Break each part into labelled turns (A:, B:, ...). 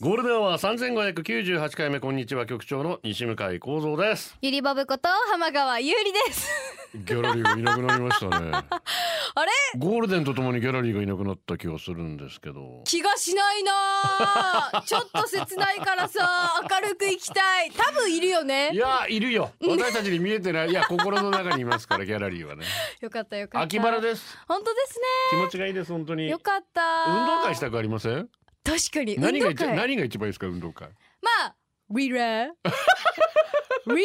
A: ゴールデンは三千五百九十八回目こんにちは局長の西向井光三です。
B: ゆりばぶこと浜川ゆうりです。
A: ギャラリーがいなくなりましたね。
B: あれ
A: ゴールデンとともにギャラリーがいなくなった気がするんですけど。
B: 気がしないな あちょっと切ないからさ明るく行きたい多分いるよね
A: いやいるよ。私たちに見えてない。いや心の中にいますからギャラリー はね。
B: よかったよかった
A: 秋バラです。
B: 本当です
A: 気持ちがいいです本当
B: ね
A: に。
B: よ
A: 運
B: かった
A: 動会したくありません？
B: 確かに運
A: 何が
B: 動
A: 一
B: 会
A: 何が一番いいですか運動会。
B: まあ リレーリレーはそりゃ盛り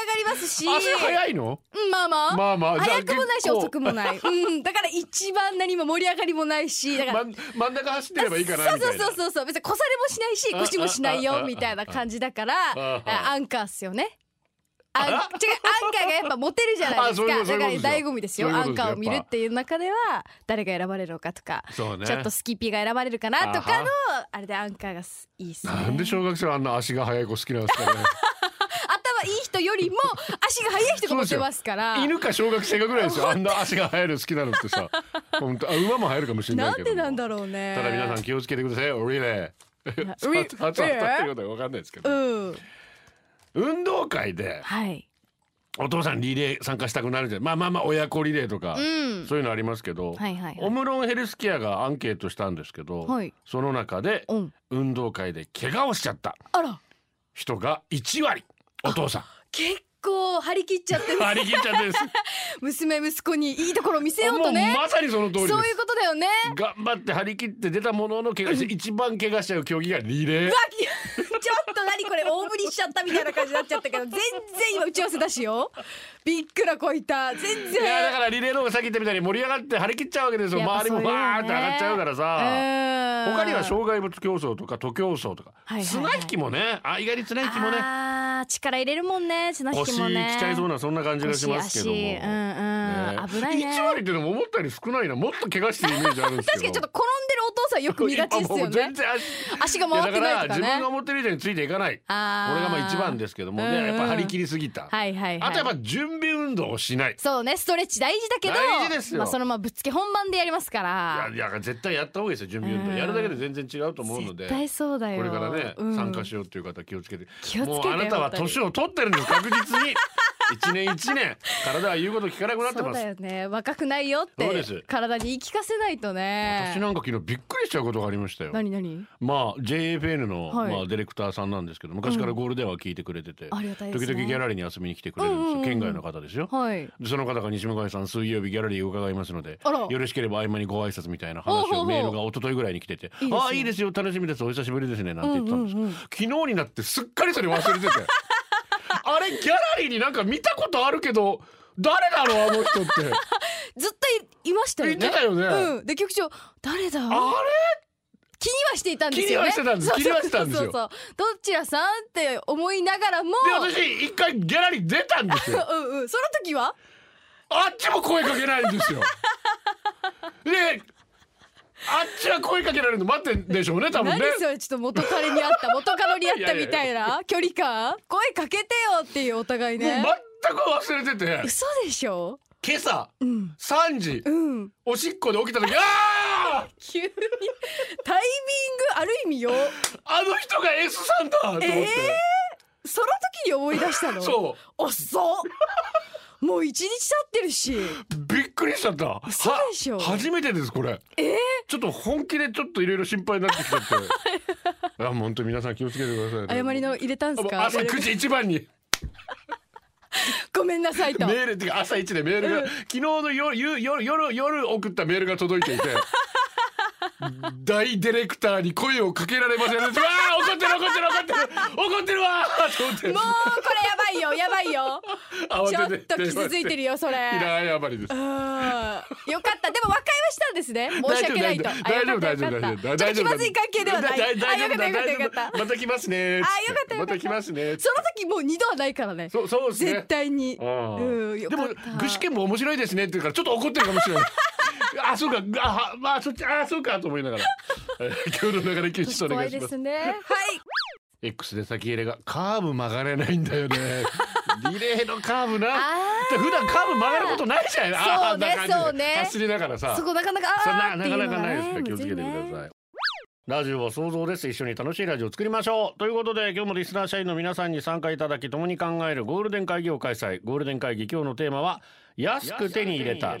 B: 上がりますし
A: 足早いの？
B: うんまあまあ、
A: まあまあ。じゃあ
B: 早くもないし
A: 結構
B: 遅くもない、うん、だから一番何も盛り上がりもないしだから
A: ま真ん中走ってればいいかなみた
B: そ
A: いうな。
B: そうそうそうそう別に越されもしないし
A: あ
B: 腰もしない
A: ああ
B: よ
A: あ
B: みたいな感じだから
A: ああ
B: あアンカーっすよねアン違うアンカーがやっぱモテるじゃないです
A: あそう
B: か
A: いうこと
B: だから
A: そういうことですよ
B: 醍
A: そ
B: 醐味ですよ
A: ういう
B: ア
A: こと
B: ン
A: です
B: カ
A: よ
B: ーを見るっていう中では誰が選ばれるのかとか、
A: そうね。
B: ちょっとスキピーが選ばれるかなと
A: あ
B: か
A: は
B: のあれでアンカーがすいいっすね
A: なんで小学生はあんな足が速い子好きなんですかね。
B: 頭いい人よりも足が速い人がモテますから
A: 犬か小学生かぐらいですよ。あんな足が生える好きなのって さ。本当あ馬も生えるかもしれな
B: ないん
A: けど
B: で
A: も。
B: なんだろうね
A: ただ皆さん気をつけてください。オリレー。初
B: リ
A: 初当たってることはわかんないですけど。
B: うん
A: 運動会で
B: はい
A: お父さんリレー参加したくなるじゃん。まあまあまあ親子リレーとか
B: うん
A: そういうのありますけど。
B: はいはい
A: オ
B: はい
A: ムロンヘルスケアがアンケートしたんですけど、
B: はい
A: その中で
B: うん
A: 運動会で怪我をしちゃった
B: あら
A: 人が1割お父さん
B: 結構張り切っち ゃってる
A: 張り切っちゃってです
B: 娘息子にいいところ見せようと
A: も
B: ね
A: うまさにその通り
B: そう
A: で
B: い
A: す
B: うことだよね
A: 頑張って張り切って出たものの怪我して一番怪我しちゃう競技がリレー
B: あきちょっと何これ大振りしちゃったみたいな感じになっちゃったけど全然今打ち合わせだしよびっくらこいた全
A: いやだ
B: 然
A: からリレーの方がさっき言ったみたいに盛り上がって張り切っちゃうわけですよ
B: やっぱ
A: 周りも
B: そうよね
A: バーって上がっちゃうからさ
B: 他
A: 他には障害物競争とか徒競走とか
B: はいはいはい
A: 綱引きもねあ意外に綱引きもね
B: あー力入れるもんね綱引
A: 腰
B: き
A: きち
B: もね
A: ゃいそう
B: な
A: なそんな感じがしますけども
B: うんうん、
A: ね
B: 危ないね
A: 1割ってでも思ったより少ないなもっと怪我してるイメージあるんですけど
B: 確かにちょっと転んでるお父さんよく見がちです
A: 今も
B: よ
A: う
B: ね
A: 全然足
B: 足が
A: いや
B: 回ってないとか
A: だから自分が
B: ね
A: 思ってる以上についていかないこれが
B: あー
A: まあ一番ですけどもね
B: うんうん
A: やっぱ張り切りすぎた
B: はいはいはい
A: あとやっぱ準備運動をしない。
B: そうねストレッチ大事だけど
A: 大事ですよ
B: まあ、そのままぶっつけ本番でやりますから
A: いやいや絶対やった方がいいですよ準備運動、
B: うん
A: やるだけで全然違うと思うので
B: 絶対そうだよ
A: これからね、
B: うん
A: 参加しようという方気をつけて
B: 気をつけて
A: も
B: よ
A: うあなたは年を取ってるんです確実 に一年一年体は言うこと聞かなくなって
B: そう
A: ます、
B: だよね若くないよっ
A: そうです
B: て体に言い聞かせないとね
A: 私なんか昨日びっくりしちゃうことがありましたよ
B: 何何
A: まあ JFN の、
B: はい
A: まあ、ディレクターさんなんですけど昔からゴールデンは聞いてくれてて、
B: ありがたいです
A: 時
B: ね
A: 々ギャラリーに遊びに来てくれるんですよ、
B: うんうんうん
A: 県外の方ですよ、
B: はい
A: でその方が西向井さん水曜日ギャラリー伺いますので
B: あら
A: よろしければ合間にご挨拶みたいな話
B: ほうほうほ
A: を
B: う
A: メールが一昨日ぐらいに来てて「
B: いいですね
A: ああいいですよ楽しみですお久しぶりですね」なんて言ってたんです、
B: うんうんうん
A: 昨日になってすっかりそれ忘れてて あれギャラリーになんか見たことあるけど誰だろうあの 人って
B: ずっといいましたよね
A: 言ってたよね
B: うん、で局長誰だ
A: あ
B: 気にはしていたんですよね
A: 気にはしてたんです
B: そうそう
A: 気にはしてたんですよ
B: そうそうそうどちらさんって思いながらも
A: れで私一回ギャラリー出たんですよ
B: うんうんその時は
A: あっちも声かけないんです よ。で、あっちは声かけられるの待ってんでしょうね、多分
B: 何
A: ね。
B: それちょっと元彼に会った元カノに会ったみた
A: い
B: い
A: やい
B: な距離感声かけてよっていうお互いね、
A: もう全く忘れてて、
B: 嘘でしょ
A: 今朝
B: うん
A: 3時、
B: うん
A: おしっこで起きた時、ああ
B: 急にタイミングある意味よ
A: あの人が S さんだと思って。
B: えその時に思い出したの
A: そ
B: 遅っもう一日経ってるし
A: う、びっくりしちゃった。は
B: 嘘でしょ
A: 初めてです、これ。ちょっと本気でちょっといろいろ心配になってきちゃって。あ、 もう本当皆さん気をつけてくださいね、
B: 謝りの入れたんす
A: あもう
B: か
A: 朝9時一番に。
B: ごめんなさいと
A: メールっていうか朝一でメールが、昨日の夜夜夜夜夜送ったメール が届いていて大ディレクターに声をかけられませんでしたうわー遅いってる怒ってる怒ってる怒ってるわーと思って
C: もうこれやばいよやばいよ
A: 慌
C: ちょって
A: て
C: と傷ついてるよそれ
A: いらんやばりです
C: うんよかったでも和解はしたんですね申し訳ないと
A: 大丈夫大丈夫
C: あよかっ
A: 大
C: たよか
A: 丈夫
C: ったちょっと
A: 大丈
C: 気
A: 夫
C: まずい関係ではないあ
A: 大
C: よ
A: 丈夫
C: かったよかったよか
A: 大丈
C: った
A: 夫また来ますねーっつ
C: あよかったよかった
A: また来ますねーっつ
C: その時もう二度はないからね
A: そうそうですね
C: 絶対に
A: ああ
C: うんよ
A: で
C: か
A: も
C: った
A: 具志堅も面白いですねって言うからちょっと怒ってるかもしれない あそうかあはまあそっちあそうかと思いながら え今日の流れ休止お
C: 怖
A: 願い
C: い
A: し
C: で
A: ます
C: すねはい
A: X で先入れがカーブ曲がれないんだよね リレーのカーブなで普段カーブ曲がることないじゃない
C: そうね
A: あんな感じで
C: そうね
A: 走りながらさ
C: そこなかなか
A: そん
C: あ
A: な
C: ーっ
A: な
C: てい
A: か
C: う
A: な
C: の
A: かない
C: が
A: です
C: ね
A: から気をつけてくだ
C: むずい
A: さ
C: ね
A: いラジオは想像です一緒に楽しいラジオを作りましょうということで今日もリスナー社員の皆さんに参加いただき共に考えるゴールデン会議を開催ゴールデン会議今日のテーマは安く手に入れた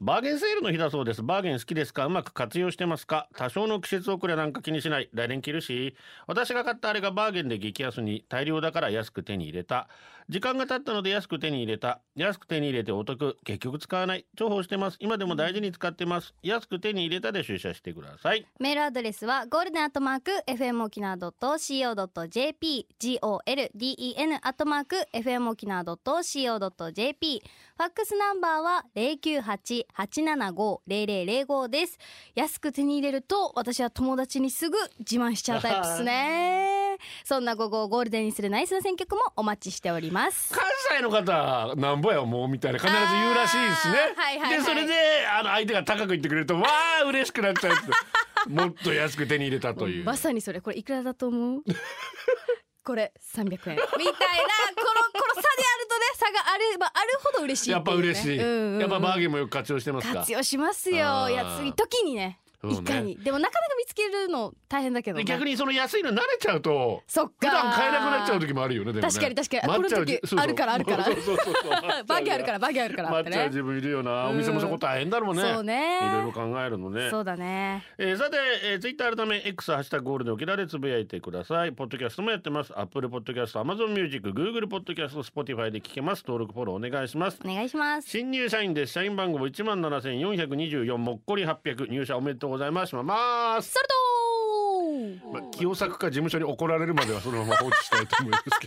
A: バーゲンセールの日だそうですバーゲン好きですかうまく活用してますか多少の季節遅れなんか気にしない来年着るし私が買ったあれがバーゲンで激安に大量だから安く手に入れた時間が経ったので安く手に入れた安く手に入れてお得結局使わない重宝してます今でも大事に使ってます安く手に入れたで出社してください
B: メールアドレスはゴールデンアットマーク FM 沖縄 .co.jp golden アットマーク FM 沖縄 .co.jp ファックスナンバーは098-875-0005です安く手に入れると私は友達にすぐ自慢しちゃうタイプですねそんな午後をゴールデンにするナイスな選曲もお待ちしております
A: 関西の方なんぼやもうみたいな必ず言うらしいですね、
B: あーはいはいはい
A: でそれであの相手が高く言ってくれるとわあ嬉しくなっちゃうって もっと安く手に入れたという
B: まさにそれこれいくらだと 思う
C: これ三百円
B: みたいなこのこの差であるとね差があればあるほど嬉しい
A: やっぱ嬉しい、
B: ってうねうんうんうん
A: やっぱバーゲンもよく活用してますか
B: 活用しますよ
A: あー
B: いや次時にね
A: そうね
B: いかにでもなかなか見つけるの大変だけど、
A: で
B: ね、
A: 逆にその安いの慣れちゃうと
C: そっ
A: 普
C: か
A: 段買えなくなっちゃう時もあるよねでもね
C: 確かに確かに
A: 待っちゃう
C: この時
A: そうそう
C: あるからあるから
A: そうそうそうそう
C: バギあるからバギあるからっ て
A: 待っちゃう
C: ね
A: 自分いるよなお店もそこ大変だろうね
B: そうね
A: いろいろ考えるのね
B: そうだね
A: えーさて、えー、ツイッター改め X ハッシュタグゴールド沖縄でつぶやいてくださいポッドキャストもやってますアップルポッドキャストアマゾンミュージックグーグルポッドキャストスポティファイで聞けます登録フォローお願いします
B: お願いします
A: 新入社員です社員番号1万7424もっこり800入社おめでとうございますします
B: それと
A: まあ、清作か事務所に怒られるまではそのまま放置したいと思いますけ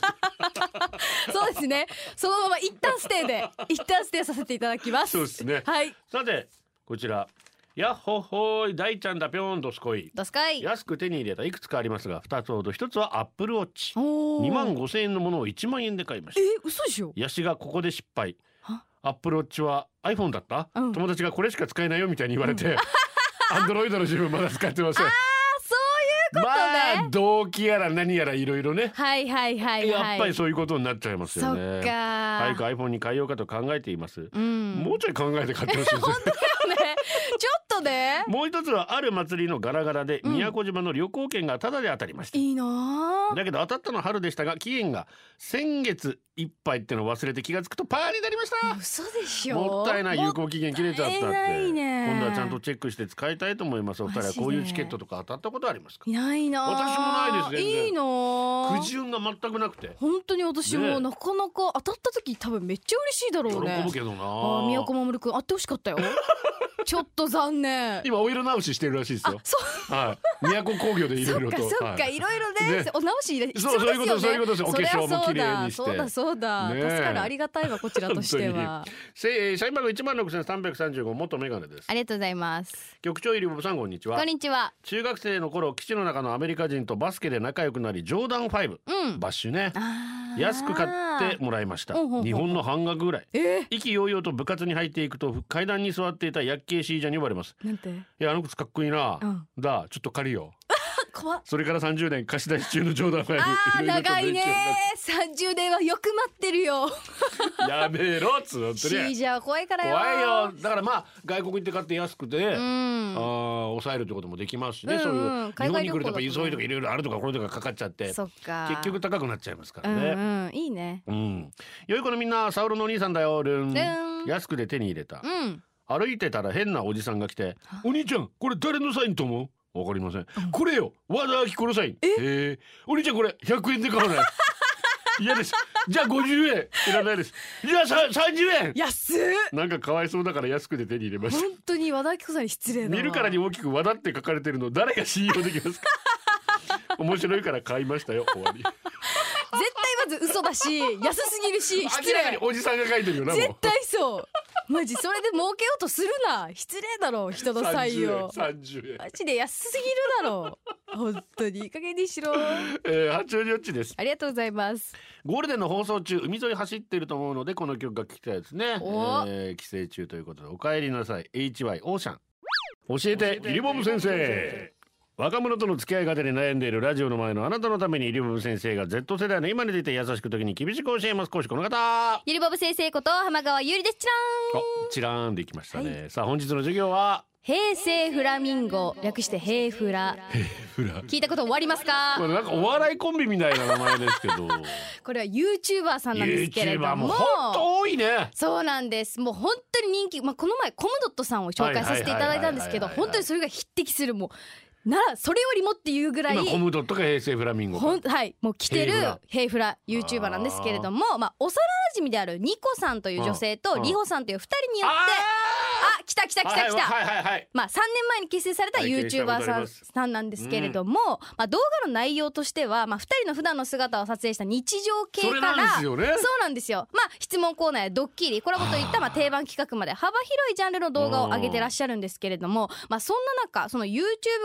A: ど
C: そうですねそのまま一旦ステイで一旦ステイさせていただきます
A: そうですね
C: はい
A: さてこちらやっほっほーい大ちゃんだぴょんどすこい
B: ドスカイ
A: 安く手に入れたいくつかありますが2つほど1つはアップルウォッチ
C: おー
A: 2万5千円のものを1万円で買いました
C: え嘘でしょ
A: ヤシがここで失敗
C: は
A: アップルウォッチは iPhone だった、
C: うん
A: 友達がこれしか使えないよみたいに言われて、 アンドロイドの自分まだ使ってませんああそういうことねまあ動機やら何やらいろいろね
B: はいはいはいはい
A: やっぱりそういうことになっちゃいますよね
B: そっか
A: 早く iPhone に変えようかと考えています、
B: うん
A: もうちょい考えて買ってほしいですね
C: ね ちょっとね
A: もう一つはある祭りのガラガラで宮古島の旅行券がタダで当たりました、
C: いいなあ
A: だけど当たったのは春でしたが期限が先月いっぱいってのを忘れて気がつくとパーになりました
C: 嘘でしょ
A: もったいない有効期限切れちゃったって
B: もったいないね
A: 今度はちゃんとチェックして使いたいと思いますお二人はこういうチケットとか当たったことありますか
C: いないなあ
A: 私もないです全然
C: いいなあ
A: くじ運が全くなくて
C: 本当に私
A: ねえ
C: もなかなか当たった時多分めっちゃ嬉しいだろ
A: 喜
C: うね
A: ぶけどな
C: ああ宮古守君会ってほしか ったよちょっと残念
A: 今お色直ししてるらしいですよ
C: そ
A: はい宮古工業でいろい
C: そ
A: ろ
C: っか
A: と
C: そっか
A: はい
C: いろいろね
A: ね
C: お直し必
A: そう
C: 要ですよね
A: そういうことそういうことですお化粧も
C: そりゃ
A: 綺
C: そう
A: 麗にして
C: だそうだそう
A: ね
C: だ
A: え
C: 助かるありがたいわこちらとしては
A: せえー社員番号一万六千三百三十五元メガネです
B: ありがとうございます
A: 局長入りボさんこんにち
B: こ
A: は
B: んにちは
A: 中学生の頃基地の中のアメリカ人とバスケで仲良くなりジョーダンファイブ
B: うん
A: バッシュね
B: あー
A: 安く買ってもらいました
C: ほうほうほう
A: 日本の半額ぐらい
C: えー
A: 意気揚々と部活に入っていくと階段に座っていたヤッケーシージャに呼ばれます
C: なんて
A: いやあの靴かっこいいな、
C: うん
A: だちょっと借りよう
C: 怖っ
A: それから30年貸し出し中の冗談ファイ
C: あー
A: ブろろと
C: 長いね
A: 勉強になっ
C: 30年はよく待ってるよ
A: て やめろっつうのって
B: シー
A: ね
B: ジャーは怖いからよ
A: 怖いよだからまあ外国行って買って安くて、
B: う
A: あ
B: ん
A: あー抑えるってこともできますしね、
B: うんうん
A: そういう日
B: 海
A: 本
B: 外
A: に来
B: 旅行
A: るとやっぱ
B: だとね
A: 輸送費とかいろいろあるとかこれとかかかっちゃって
B: そっか
A: 結局高くなっちゃいますか
B: う
A: ら
B: ん
A: ね、
B: うんいいね
A: うん、良い子のみんなサウロのお兄さんだよルン
B: ルン
A: 安くで手に入れた
B: うん
A: 歩いてたら変なおじさんが来て「お兄ちゃんこれ誰のサインと思う?」わかりません、これよ和田アキ子のサインええお兄ちゃんこれ100円で買わない 嫌ですじゃあ50円いらないですじゃあさ30円
C: 安っ
A: なんかかわいそうだから安くで手に入れまし
C: 本
A: た
C: 当に和田アキ子さんに失礼だわ
A: 見るからに大きく和田って書かれてるの誰が信用できますか面白いから買いましたよ終わり
C: 絶対まず嘘だ し安すぎるし失
A: 明らかに
C: 礼
A: おじさんが書いてるよなもう
C: 絶対そうマジそれで儲けようとするな失礼だろ人の採用
A: 30円30円、
C: マジで安すぎるだろ本当にいい加減にし ろあ
A: えー、八王子よっちです
C: りがとうございます
A: ゴールデンの放送中海沿い走ってると思うのでこの曲が聴きたいですね、え
C: お
A: ー、帰省中ということでお帰りなさい HY オーシャン教えてイリボム先生若者との付き合い方に悩んでいるラジオの前のあなたのためにイリボム先生が Z 世代の今について優しく時に厳しく教えます講師この方あ
B: ゆりぼぶ先生こと浜川ゆりですチラーン
A: チラーンできましたね、さあ本日の授業は
B: 平成フラミンゴ略して平フラ聞いたこと終わりますか
A: これなんかお笑いコンビみたいな名前ですけど
C: これは YouTuber さんなんですけれど
A: YouTuber も
C: も
A: 本当多いね
B: そうなんですもう本当に人気、まあ、この前コムドットさんを紹介させていただいたんですけど
A: はいはいはいはいはい
B: 本当にそれが匹敵するもうならそれよりもっていうぐらい
A: 今コムドットか平成フラミンゴか
B: ほんはいもう来てる
A: ヘイフラ
B: ヘイフラ YouTuber なんですけれどもまあ幼馴染みであるニコさんという女性
A: う
B: と
A: ん
B: リホさんという2人によって
A: あ
B: あ来た来た
A: ー
B: 来た来た
A: はいはいはいはい
B: まあ、3年前に結成された
A: 拝見したことあ
B: YouTuber
A: り
B: さ
A: ま
B: ん
A: す
B: さんなんですけれども、まあ、動画の内容としては、まあ、2人の普段の姿を撮影した日常系
A: それなん
B: か
A: で
B: ら
A: すよね
B: そうなんですよ、まあ、質問コーナーやドッキリコラボといったまあ定番企画まで幅広いジャンルの動画を上げてらっしゃるんですけれども、まあ、そんな中その YouTube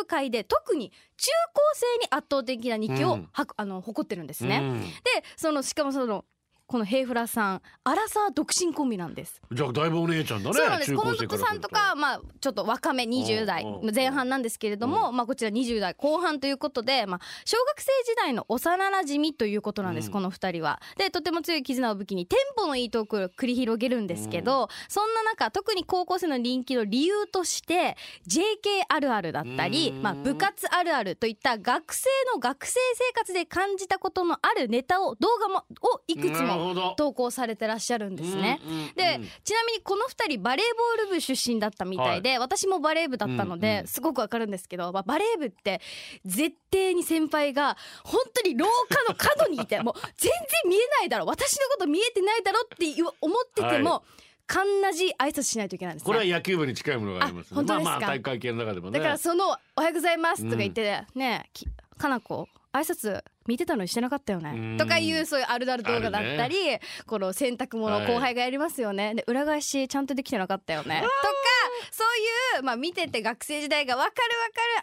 B: 界で特に中高生に圧倒的な人気を、
A: うん
B: はくあの誇ってるんですね。
A: うん
B: でそのしかもそのこのヘイフラさんアラサー独身コンビなんです。
A: じゃあだいぶお姉ちゃんだね。
B: そうなんです
A: 中
B: コ
A: 高
B: ム
A: 生ら
B: ドット
A: する
B: さんとか、まあ、ちょっと若め20代
A: うんうん
B: 前半なんですけれども、まあ、こちら20代後半ということで、まあ、小学生時代の幼なじみということなんです、
A: うん
B: この2人は。でとても強い絆を武器にテンポのいいトークを繰り広げるんですけど、そんな中特に高校生の人気の理由として JK あるあるだったり、
A: うん
B: まあ、部活あるあるといった学生の学生生活で感じたことのあるネタを動画もをいくつ
A: なるほ
B: も
A: ど
B: 投稿されてらっしゃるんですね。
A: うんうんうん
B: で、ちなみにこの2人バレーボール部出身だったみたいで、私もバレー部だったので、
A: うんうん
B: すごくわかるんですけど、まあ、バレー部って絶対に先輩が本当に廊下の角にい てもう全然見えないだろ私のこと見えてないだろって言う思ってても、
A: は
B: かんなじ挨拶しないといけないんです
A: こ
B: ね
A: れは野球部に近いものがあります、
B: あ本当ですか
A: まあまあ大会系の中でもね。
B: だからその「おはようございます」とか言って、ねえきかなこ挨拶見てたのにしてなかったよ
A: う
B: ね
A: ん
B: とかいうそういうあるある動画だったり、この洗濯物
A: はい
B: 後輩がやりますよね、で裏返しちゃんとできてなかったよねとかそういう、まあ、見てて学生時代が分かる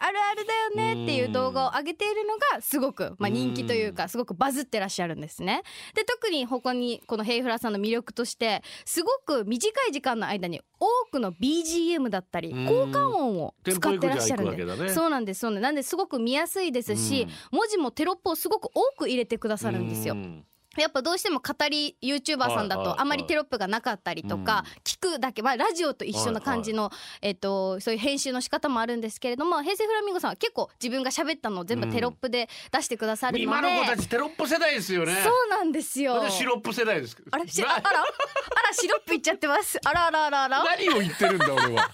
B: 分かるあるあるだよねっていう動画を上げているのがすごく、まあ、人気というかすごくバズってらっしゃるんですね。で特に他にこのヘイフラさんの魅力としてすごく短い時間の間に多くの BGM だったり
A: うん
B: 効果音を使ってらっしゃるん
A: テンポよくじゃあ行くわけだ
B: で
A: ね
B: そうなんですそうなんですなんですごく見やすいですし文字もテロップをすごく多く入れてくださるんですよ
A: う。
B: やっぱどうしても語り YouTuber さんだ
A: はいはい
B: とあまりテロップがなかったりとか聞くだけまあラジオと一緒な感じのえっとそういう編集の仕方もあるんですけれども平成フラミンゴさんは結構自分が喋ったのを全部テロップで出してくださるので
A: 今の子たちテロップ世代ですよね。
B: そうなんですよ
A: 私シロップ世代です。
B: あれしあ
A: な
B: らあらシロップいっちゃってますあらあらあらあら
A: 何を言ってるんだ俺 は。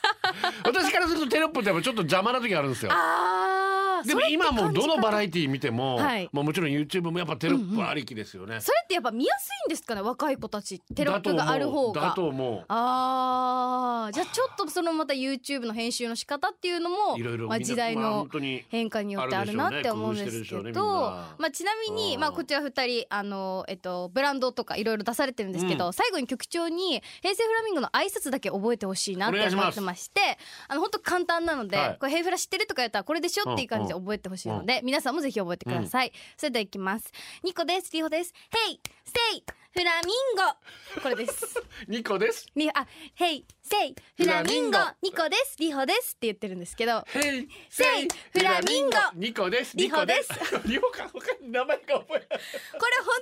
A: 私からするとテロップってやっぱちょっと邪魔な時あるんですよ。
B: あー
A: でも
B: それって
A: 今もうどの
B: 感じ
A: バ
B: 方
A: ラエティ見ても、
B: はい
A: まあもちろん YouTube もやっぱテロップありきですよね。
B: それってやっぱ見やすいんですかね若い子たちテロップがある方が
A: だと思う。
B: あーじゃあちょっとそのまた YouTube の編集の仕方っていうのも
A: いろいろみんな
B: まあ、時代
A: まあ
B: の
A: 本当に
B: 変化によってあるなって思うんですけ
A: あるでしょうね工夫してるでしょうねみんな
B: ど、まあ、ちなみに、
A: うん
B: まあ、こちら2人あの、えっと、ブランドとかいろいろ出されてるんですけど、最後に局長に平成フラミンゴの挨拶だけ覚えてほしいなっ
A: お願い
B: て
A: し
B: 思
A: ます
B: ってましてあの本当簡単なので、
A: はい
B: これ「平フラ知ってる?」とか言ったらこれでしょっていう感じで覚えてほしいので、皆さんもぜひ覚えてください、それではいきますニコですリホです「ヘイセイフラミンゴ」これです
A: ニコです。
B: リあ、ヘイ、セイ、フラミンゴ、ニコです、リホですって言ってるんですけど。
A: ヘイ
B: セイフラミンゴ
A: ニコです
B: リホです
A: ニコリホか他に名前が覚え
B: これ本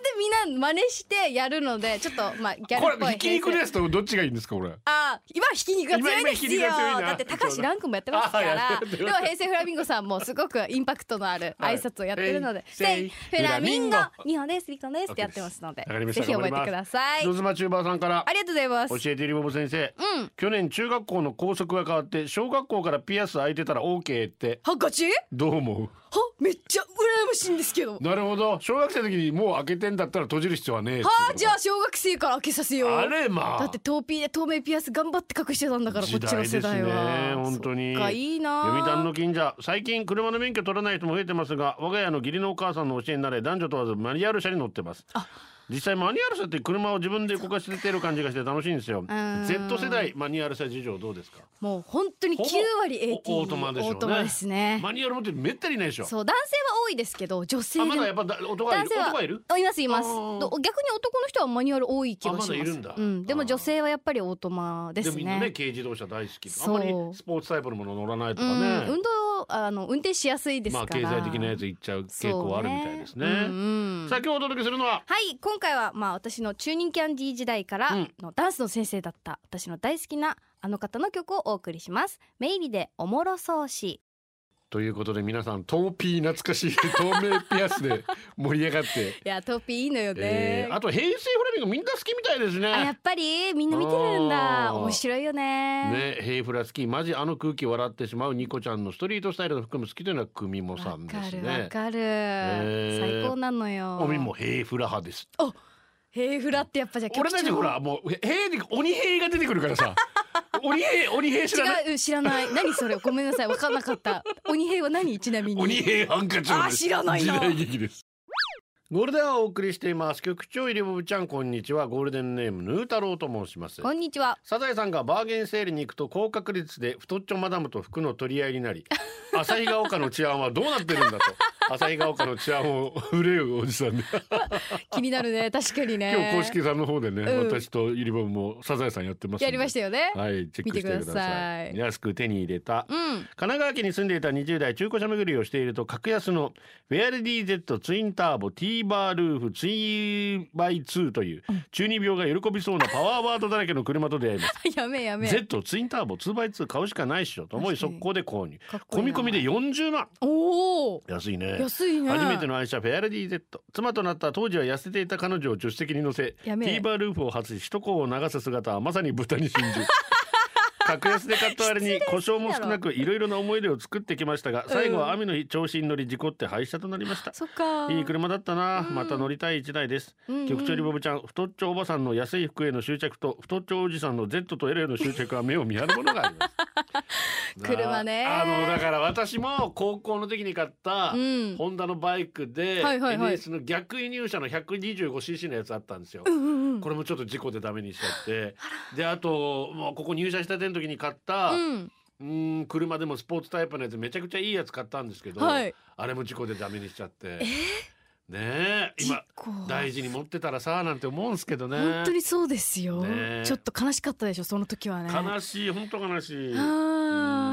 B: 当にみんな真似してやるので、ちょっとまあギ
A: ない
B: ャルっぽ
A: これ
B: い。
A: ひき肉で
B: 平成。
A: すとどっちがいいんですかこれ
B: あー、今はひき肉が強いです
A: 今
B: よ。
A: 今ひき肉が強いな
B: だって高橋ランクもやってますか
A: あーや
B: ら
A: っ。てる
B: でも平成フラミンゴさんもすごくインパクトのある挨拶をやってるので、
A: はい
B: セイ、フラミン
A: フ
B: ゴ
A: ラミン、ゴ
B: ニホです、リコですってやってますので
A: わかり、まし
B: ぜ
A: た
B: ひ覚えてください。
A: 野妻チューバーさんから
B: ありがとうございます。
A: 教えてリボボ先生
B: うん。
A: 去年中学校の校則が変わって小学校からピアス開いてたら OK って
C: ハンカチは
A: どう思う
C: めっちゃ羨ましいんですけど。
A: なるほど小学生の時にもう開けてんだったら閉じる必要はねえ
C: はあ、じゃあ小学生から開けさせよう。
A: あれまあ
B: だってトーピーで透明ピアス頑張って隠してたんだからこっ
A: 時
B: ちの
A: 代
B: 世
A: です
B: 代
A: ね
B: は
A: 本当に
B: そっかいいな
A: 読谷の近所最近車の免許取らない人も増えてますが我が家の義理のお母さんの教えになれ男女問わずマニュアル車に乗ってます実際マニュアル車って車を自分で動かしてる感じがして楽しいんですよ
B: ん
A: Z 世代マニュアル車事情どうですか
B: もう本当に9割 AT
A: おオートマでしょうね
B: オートマですね
A: マニュアル持ってるめったにいないでしょ
B: そう男性は多いですけど女性
A: あ
B: でも
A: まだやっぱだ男がい
B: 男
A: る
B: 性は
A: 男がいる
B: あいますいます
A: あー
B: ど逆に男の人はマニュアル多い気がします
A: あまだいるんだ
B: うん、で
A: あ
B: も
A: ー
B: 女性はやっぱりオートマです
A: で
B: ね
A: もみんなね軽自動車大好きあん
B: そ
A: ま
B: う
A: りスポーツタイプのもの乗らないと
B: う
A: かね
B: ん運動あの運転しやすいです
A: まあ
B: から
A: 経済的なやついっちゃう傾向はあるみたいですね
B: そううんうん
A: さあ今日お届けするのは
B: はい今回はまあ私の中任キャンディー時代から
A: うん
B: のダンスの先生だった私の大好きなあの方の曲をお送りしますメイリでおもろそうし
A: ということで皆さんトーピー懐かしい 透明ピアスで盛り上がって、
B: いやトーピーいいのよね、
A: えーあと平成フラミンゴみんな好きみたいです
B: あや
A: ね
B: っぱりみんな見てるん
A: あ
B: だ
A: ー
B: 面白いよね
A: ね、ヘイフラ好きマジあの空気笑ってしまうニコちゃんのストリートスタイルの含む好きというのは久美もさ
B: わ
A: んで
B: か
A: す
B: るわ
A: ね
B: かる、
A: ー
B: 最高なのよ
A: おみもヘイフラ派です
B: ヘイフラってやっぱじゃあ
A: 俺たちほらもうヘイで鬼ヘイが出てくるから さ鬼ヘイ鬼ヘイ知らない
B: 違う知らない何それごめんなさい分かんなかった鬼平は何ちなみに
A: 鬼平ハンカチョウです
C: あ知らないな
A: 時代劇ですゴールデンはお送りしています局長イリボブちゃんこんにちはゴールデンネームヌー太郎と申します
B: こんにちは
A: サザエさんがバーゲンセールに行くと高確率で太っちょマダムと服の取り合いに なり旭ヶ丘の治安はどうなってるんだと旭ヶ丘の治安を憂うおじさ んで
B: 気になるね確かにね
A: 今日公式さんの方でね、
B: うん
A: 私とイリボブもサザエさんやってますんで
B: やりましたよね、
A: はいチェックしてくだ
B: 見てくだ
A: さ
B: さ
A: い
B: い
A: 安く手に入れた
B: うん
A: 神奈川県に住んでいた20代中古車巡りをしていると格安のフェアレディ Z ツインターボ T バールーフツイバイ2という中二病が喜びそうなパワーワードだらけの車と出会います
B: やめやめ
A: Z ツインターボ 2x2 買うしかないっしょと思い
B: 確かに
A: 速攻で購入
B: かっこい
A: 込
B: い
A: み
B: な
A: 込みで40万
B: おお
A: 安いね
B: 安いね
A: 初めての愛車フェアレディ Z 妻となった当時は痩せていた彼女を助手席に乗せテ
B: やめえ
A: ィーバールーフを外し首都高を流す姿はまさに豚に真 珠格安で買った割に故障も少なくいろいろな思い出を作ってきましたが最後は雨の日調子に乗り事故って廃車となりました
B: そっか
A: いい車だったな、
B: うん
A: また乗りたい一台です、
B: うんうん
A: 局長リボブちゃん太っちょおばさんの安い服への執着と太っちょおじさんの Z と L への執着は目を見張るものがあります
B: 車ね
A: あのだから私も高校の時に買った、
B: うん
A: ホンダのバイクで、
B: はいはいはい
A: NS の逆輸入車の 125cc のやつあったんですよ、
B: うんうんうん
A: これもちょっと事故でダメにしちゃってであともうここ入社したての時に買った、う
B: うん
A: ーん車でもスポーツタイプのやつめちゃくちゃいいやつ買ったんですけど、
B: はい
A: あれも事故でダメにしちゃって。ねえ今
B: こう
A: 大事に持ってたらさなんて思うんですけどね
B: 本当にそうですよ、
A: ね
B: ちょっと悲しかったでしょその時はね
A: 悲しい本当悲しい
B: あ
A: う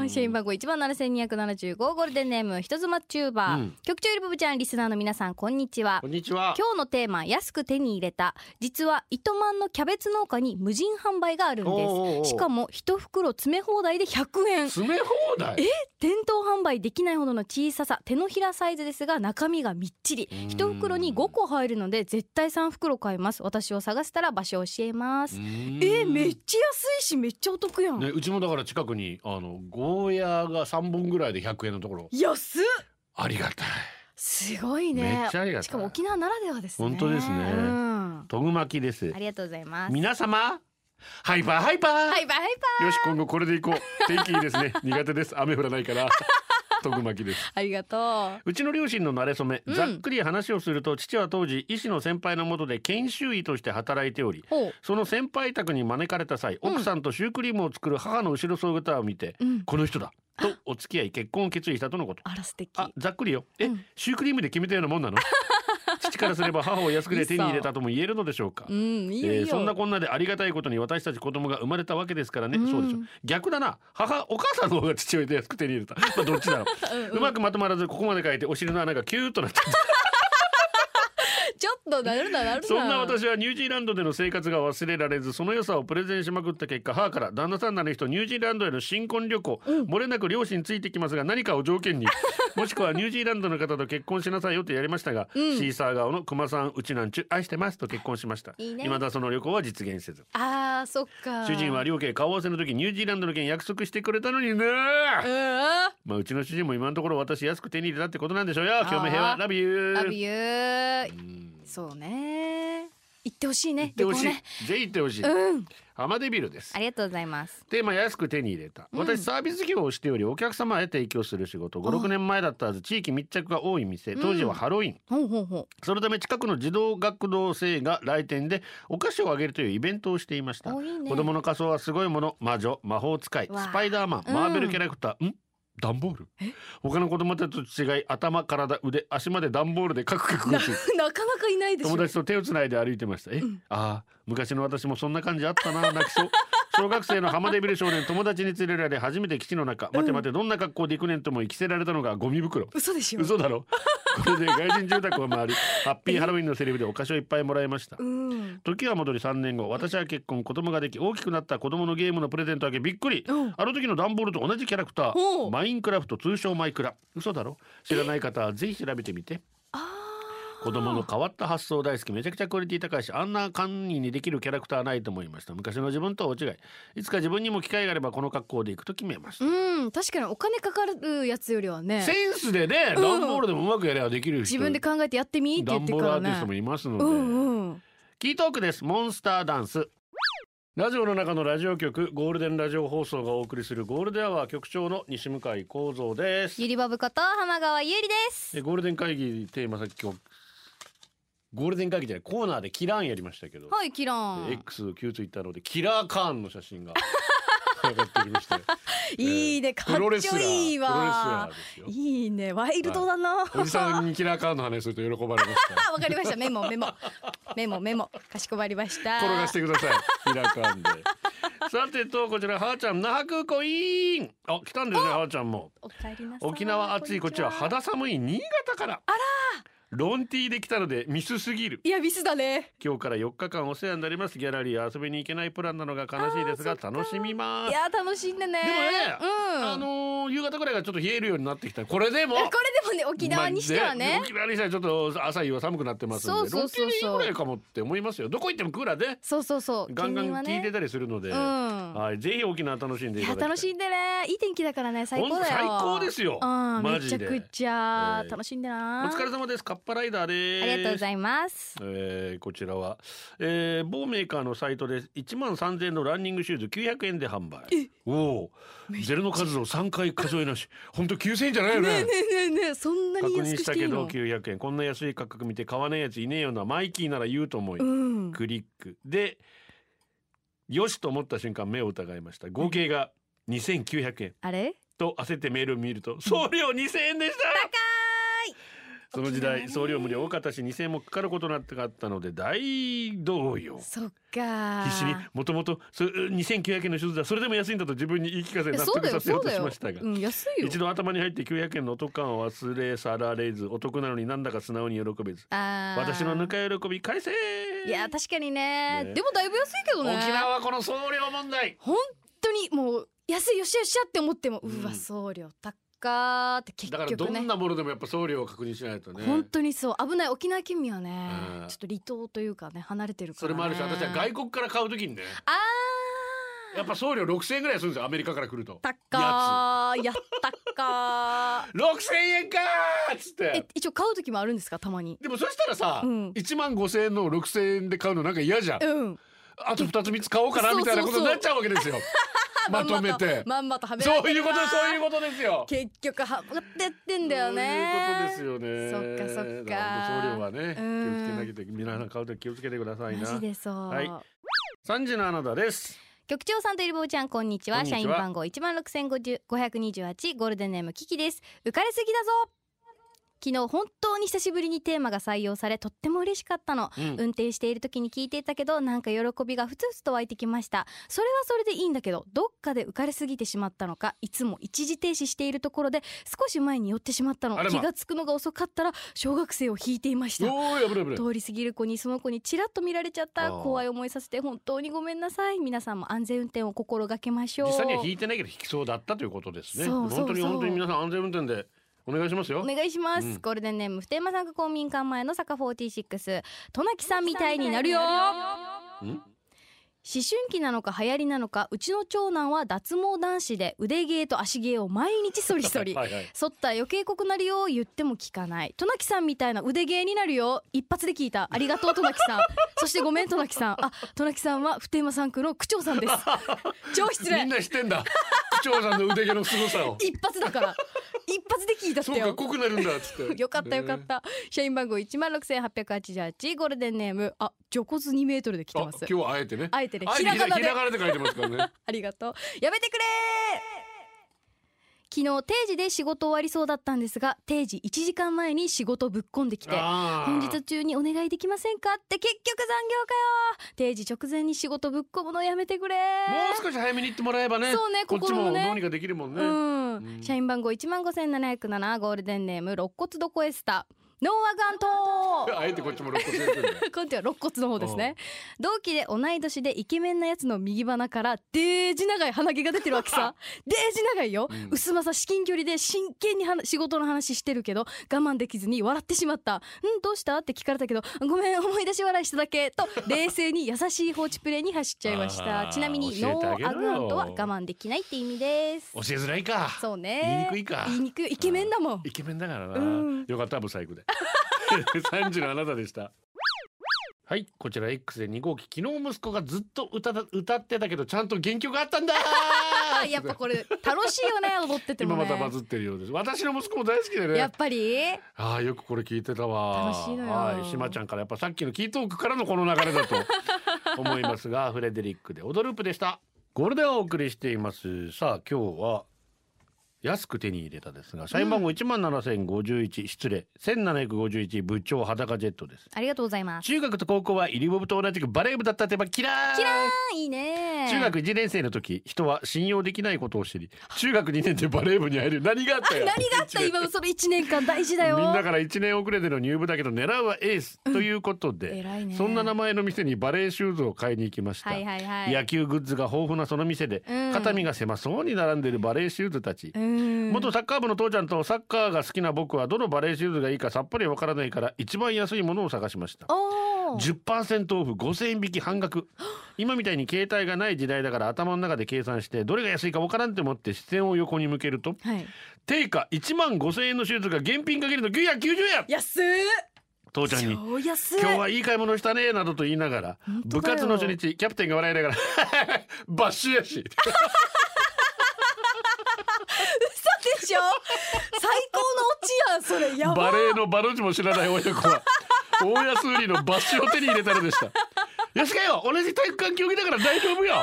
A: ん
B: ー社員番号1番7275ゴールデンネーム人妻チューバー、
A: うん
B: 局長ゆりぼぶちゃんリスナーの皆さんこんにちは
A: こんにちは
B: 今日のテーマ安く手に入れた実は糸満のキャベツ農家に無人販売があるん
A: おーおーおー
B: ですしかも一袋詰め放題で100円
A: 詰め放題
B: 店頭販売できないほどの小ささ手のひらサイズですが中身がみっちり
A: うん
B: 一袋に5個入るので絶対3袋買います私を探したら場所を教えます
A: うん
C: えーめっちゃ安いしめっちゃお得やん。
A: ねうちもだから近くにあのゴーヤーが三本ぐらいで100円のところ
C: 安っ。
A: ありがたい
B: すごいね
A: めっちゃありがたい
B: しかも沖縄ならではですね
A: 本当ですね
B: うん
A: とぐまきです
B: ありがとうございます。
A: 皆様ハイパーハイパー、
B: バイバイバイ。
A: よし今後これでいこう天気いいですね苦手です雨降らないから とぐまきです
B: ありがと
A: うちの両親の馴れ初め、
B: うん
A: ざっくり話をすると父は当時医師の先輩のもとで研修医として働いており
B: う。ほう。
A: その先輩宅に招かれた際、
B: うん
A: 奥さんとシュークリームを作る母の後ろ姿を見て、
B: うん。
A: この人だとお付き合い結婚を決意したとのこと
B: あら素敵。
A: あざっくりよえ、
B: うん
A: シュークリームで決めたようなもんな の父からすれば母を安くで手に入れたとも言えるのでしょうか
B: うんいいよいい
A: え
B: よ。
A: ーそんなこんなでありがたいことに私たち子供が生まれたわけですからね、
B: うん
A: そうでしょ逆だな母お母さんの方が父親で安く手に入れたまあどっちだろう、うまくまとまらずここまで書いてお尻の穴がキューッとなっちゃった
B: ちょっとなるななるな
A: そんな私はニュージーランドでの生活が忘れられずその良さをプレゼンしまくった結果母から旦那さんなる人ニュージーランドへの新婚旅行、漏れなく両親ついてきますが何かを条件 にもしくはニュージーランドの方と結婚しなさいよとやりましたが、シーサー顔の熊さんうちなんちゅ愛してますと結婚しました
B: いいね
A: 未だその旅行は実現せず
B: あーそっか
A: 主人は両家顔合わせの時ニュージーランドの件約束してくれたのにね
C: うーん
A: まあうちの主人も今のところ私安く手に入れたってことなんでしょうよ今日も平
B: あ
A: 和
B: ー
A: ラビュー
B: ラビューそうね行ってほしいね
A: 行ってほし
B: 旅行ね
A: い。ぜひ行ってほしい。
B: うん
A: アマデビルです
B: あ。りがとうございます
A: テーマ安く手に入れた。私サービス業をしており、お客様へ提供する仕事。5、6年前だったはず地域密着が多い店。当時はハロウィン。
B: ほうほうほ
A: そのため近くの児童学童生が来店でお菓子をあげるというイベントをしていました。
B: おいいね
A: 子 供の仮装はすごいもの。魔女、魔法使い、
B: わあ
A: スパイダーマン、
B: うん
A: マーベルキャラクター。んダンボール他の子供たちと違い頭体腕足まで段ボールでカクカク打ち
C: なかなかいないでしょ
A: 友達と手をつないで歩いてました。え、ああ、昔の私もそんな感じあったな、泣きそう。 小学生の浜デビル少年、友達に連れられ、初めて基地の中、待て待て、どんな格好で行くねんとも着せられたのがゴミ袋。
C: 嘘でしょ
A: 嘘 だろこれで外人住宅を回り、ハッピーハロウィンのセリフでお菓子をいっぱいもらいました。
C: うん
A: 時は戻り3年後私は結婚子供ができ大きくなった子供のゲームのプレゼントあげびっくり、
C: うん
A: あの時の段ボールと同じキャラクタ
C: ほ
A: ー
C: う
A: マインクラフト通称マイクラ嘘だろ知らない方はぜひ調べてみて子供の変わった発想大好きめちゃくちゃクオリティ高いしあんな簡易にできるキャラクターないと思いました昔の自分とは大違いいつか自分にも機会があればこの格好で行くと決めました、
B: ううん確かにお金かかるやつよりはね
A: センスでね段ボールでもうまくやればできる人
B: 自分で考えてやってみーって言
A: 段
B: って
A: ボー
B: か
A: ルア
B: ら
A: ーティストも
B: ね
A: いますので、
B: うんうん
A: キートークですモンスターダンスラジオの中のラジオ局ゴールデンラジオ放送がお送りするゴールデンアワー局長の西向井光三です
B: ゆりばぶこと浜川ゆりです
A: えゴールデン会議テーマさっき今日ゴールデン会議じゃないコーナーでキラーンやりましたけど、
B: はいキラ
A: え
B: ン
A: X 旧ツイッターのでキラーカーンの写真が 上がっておりまして
C: いいねかっちょいい
A: プロレスラープロレスラ
C: わ
A: ーですよ
C: いいねワイルドだなわ
A: おじさんにキラーカーンの話すると喜ばれますから
C: かりましたメモメモメモメモかしこまりました
A: 転がしてくださいキラーカーンでさてとこちらはーちゃん那覇空港イーンあ来たんですねはーちゃんも
B: おかえりなさい
A: 沖縄暑いこっちは肌寒い新潟からあらロンティーで来たのでミスすぎる
C: いやミスだね
A: 今日から4日間お世話になりますギャラリー遊びに行けないプランなのが悲しいですが楽しみま
B: い
A: す
B: や楽しんでね
A: でもね、
B: うん
A: あのー夕方ぐらいがちょっと冷えるようになってきたこれでも
B: これでもね沖縄にしては
A: まあ
B: ね
A: 沖縄にしてはちょっと朝夕は寒くなってますんで
B: そうそうそうそう
A: 6ぐらいかもって思いますよどこ行ってもクーラーで
B: そうそうそう
A: ガンガン
B: 近隣は
A: 聞いて
B: ね
A: たりするので、
B: うん
A: はい、ぜひ沖縄楽しんでい
B: い
A: ただ
B: や
A: きたい
B: 楽しんでねいい天気だからね最高
A: ほ
B: だよ
A: んと最高ですよ
B: うん
A: マ
B: め
A: ジ
B: ちゃ
A: で
B: くちゃ
A: えー
B: 楽しんで
A: お
B: な
A: 疲れ様ですカッパライダーです
B: ありがとうございます
A: えーこちらは、えー某メーカーのサイトで1万3000円のランニングシューズ900円で販売おおゼロの数を3回数えなし本当9000円じゃないよね
B: ねえねえねえそんな
A: 確
B: に安
A: 認
B: く
A: し
B: したてい
A: け
B: い
A: ど
B: の
A: 900円こんな安い価格見て買わねえやついねえよなマイキーなら言うと思い、
B: うん
A: クリックでよしと思った瞬間目を疑いました合計が2900円
B: あれ
A: と焦ってメールを見ると送料2000円でしたその時代送料無料多かったし2000円もかかることなかったので大動揺
B: そっか
A: 必死にもともとそ2900円の手術だそれでも安いんだと自分に言い聞かせ納得させようとしましたが。
B: うん安いよ
A: 一度頭に入って900円のお得感を忘れ去られずお得なのになんだか素直に喜べず
B: あー
A: 私のぬか喜び返せ
B: いや確かにね
A: ね
B: でもだいぶ安いけどね
A: 沖縄はこの送料問題
B: 本当にもう安いよしよしやって思ってもう
A: う
B: わ
A: ん
B: 送料高って結
A: だからど
B: 局ね
A: んなものでもやっぱ送料を確認しないとね
B: 本当にそう危ない沖縄県民はね
A: うん
B: ちょっと離島というかね離れてるから
A: それもあるし私は外国から買うときにね
B: あ
A: やっぱ送料6000円ぐらいするんですよアメリカから来ると
B: ーたっかーやったっ かー
A: 6000円かーっつっ
B: え
A: て
B: 一応買う時もあるんですかたまに
A: でもそしたらさ、
B: うん
A: 1万5000円の6000円で買うのなんか嫌じゃん
B: うん
A: あと2つ3つ買おうかなみたいなことになっちゃうわけですよ。 まとめて。
B: まんまとはめられ
A: そう
B: て
A: いう
B: る
A: こ
B: わ
A: とそういうことですよ。
B: 結局はまってってんだよね
A: そういうことですよね。
B: そっかそっか
A: だら本当送料はね、
B: うん
A: 気をつけなきゃいけ皆さん買うとき気をつけてください
B: マジ
A: な。
B: でそう、
A: はい三時のあなたです。
B: 局長さんといるぼうちゃんこんにちは
A: こんにちは
B: 社員番号一万六千五十五百二十八ゴールデンネームキキです浮かれすぎだぞ昨日本当に久しぶりにテーマが採用されとっても嬉しかったの、
A: うん
B: 運転している時に聞いていたけどなんか喜びがふつふつと湧いてきましたそれはそれでいいんだけどどっかで浮かれすぎてしまったのかいつも一時停止しているところで少し前に寄ってしまったの、
A: あらま
B: 気がつくのが遅かったら小学生を引いていました
A: おー危ない危ない
B: 通り過ぎる子にその子にちらっと見られちゃった
A: あー
B: 怖い思いさせて本当にごめんなさい皆さんも安全運転を心がけましょう
A: 実際には引いてないけど引きそうだったということですね
B: そうそうそう
A: 本当に本当に皆さん安全運転でお願いしますよ
B: お願いします、
A: うん
B: ゴールデンネーム普天間産公民館前の坂46トナキさんみたいになるよ
A: うん
B: 思春期なのか流行りなのかうちの長男は脱毛男子で腕毛と足毛を毎日剃り 剃り
A: はいはい
B: 剃ったら余計濃くなるよ言っても聞かないトナキさんみたいな腕毛になるよ一発で聞いたありがとうトナキ さんそしてごめんトナキさんあトナキさんは普天間産区の区長さ んです超失
A: み
B: 礼
A: んな知ってんだ区長さんの腕毛の凄 さを
B: 一発だから一発で聞いたって
A: そう
B: よ
A: か濃くなるんだっつって
B: よかったよかった。社員番号一万六千八百八十八ゴールデンネームあジョコズ二メートルで来て
A: あ
B: ま
A: 今
B: す。
A: 日はあえてね
B: あえてね
A: あえ
B: ひ
A: て
B: ら
A: ひ
B: が
A: ら
B: な
A: ひ
B: で
A: らがなで書いてます からね
B: ありがとう。やめてくれ昨日定時で仕事終わりそうだったんですが定時1時間前に仕事ぶっこんできて
A: あー
B: 本日中にお願いできませんかって結局残業かよ定時直前に仕事ぶっこむのやめてくれ
A: もう少し早めに行ってもらえばね
B: そうね
A: こっち
B: 心
A: も
B: もね
A: どうにかできるもんね、
B: うん
A: ん、
B: 社員番号1万5707ゴールデンネーム肋骨どこエスタノーアガントー
A: あえてこっちも肋骨やってんだよ
B: 今度は肋骨の方ですね同期で同い年でイケメンなやつの右鼻からデージ長い鼻毛が出てるわけさデージ長いよ、
A: うん
B: 薄まさ至近距離で真剣に話仕事の話してるけど我慢できずに笑ってしまった「うんどうした?」って聞かれたけど「ごめん思い出し笑いしただけ」 と冷静に優しい放置プレイに走っちゃいました
A: あー
B: ちなみに
A: 教え
B: ノ
A: てあげ
B: ー
A: ろ
B: ア
A: よ
B: グアントは我慢できないって意味です
A: 教えづらいか
B: そう
A: 言いに
B: ね
A: くいか
B: 言いにくいイケメンだもん
A: イケメンだからな、
B: うん
A: よかったブサイクで 三時のあなたでしたはいこちら X で2号機昨日息子がずっと歌だ歌ってたけどちゃんと原曲があったんだ
B: あ やっぱこれ楽しいよね踊ってて
A: 今
B: も
A: ま
B: ね
A: たバズってるようです私の息子も大好きで
B: や
A: ね
B: っぱり
A: ああよくこれ聞いてたわ
B: 楽しいのよ
A: はいしまちゃんからやっぱさっきのキートークからのこの流れ だと思いますがフレデリックで踊ループでしたゴールデンをお送りしていますさあ今日は安く手に入れたですが社員番号1万7051、失礼1751部長裸ジェットです
B: ありがとうございます
A: 中学と高校はイリボブと同じくバレー部だったってばキラー
B: キラーいいね
A: 中学1年生の時人は信用できないことを知り中学2年でバレー部に入る何があったよ
B: 何があった今のその一年間大事だよ
A: みんなから1年遅れでの入部だけど狙うはエースということで、
B: 偉いね
A: そんな名前の店にバレーシューズを買いに行きました、
B: はいはいはい
A: 野球グッズが豊富なその店で、
B: うん
A: 肩身が狭そうに並んでいるバレーシューズたち、
B: うん
A: 元サッカー部の父ちゃんとサッカーが好きな僕はどのバレーシューズがいいかさっぱりわからないから一番安いものを探しました
B: おー
A: 10%オフ5000円引き半額今みたいに携帯がない時代だから頭の中で計算してどれが安いかわからんって思って視線を横に向けると
B: はい
A: 定価1万5000円のシューズが現品かけると990円
C: 安い
A: 父ちゃんに
C: 超安い
A: 今日はいい買い物したねなどと言いながら
B: 本当だよ
A: 部活の初日キャプテンが笑いながら バッシュやし
C: 嘘でしょ最高のオチやんそれやば
A: バレーのバの字も知らない親子は大安売りのバッシュを手に入れたのでした安かよ同じ体育館競技だから大丈夫よ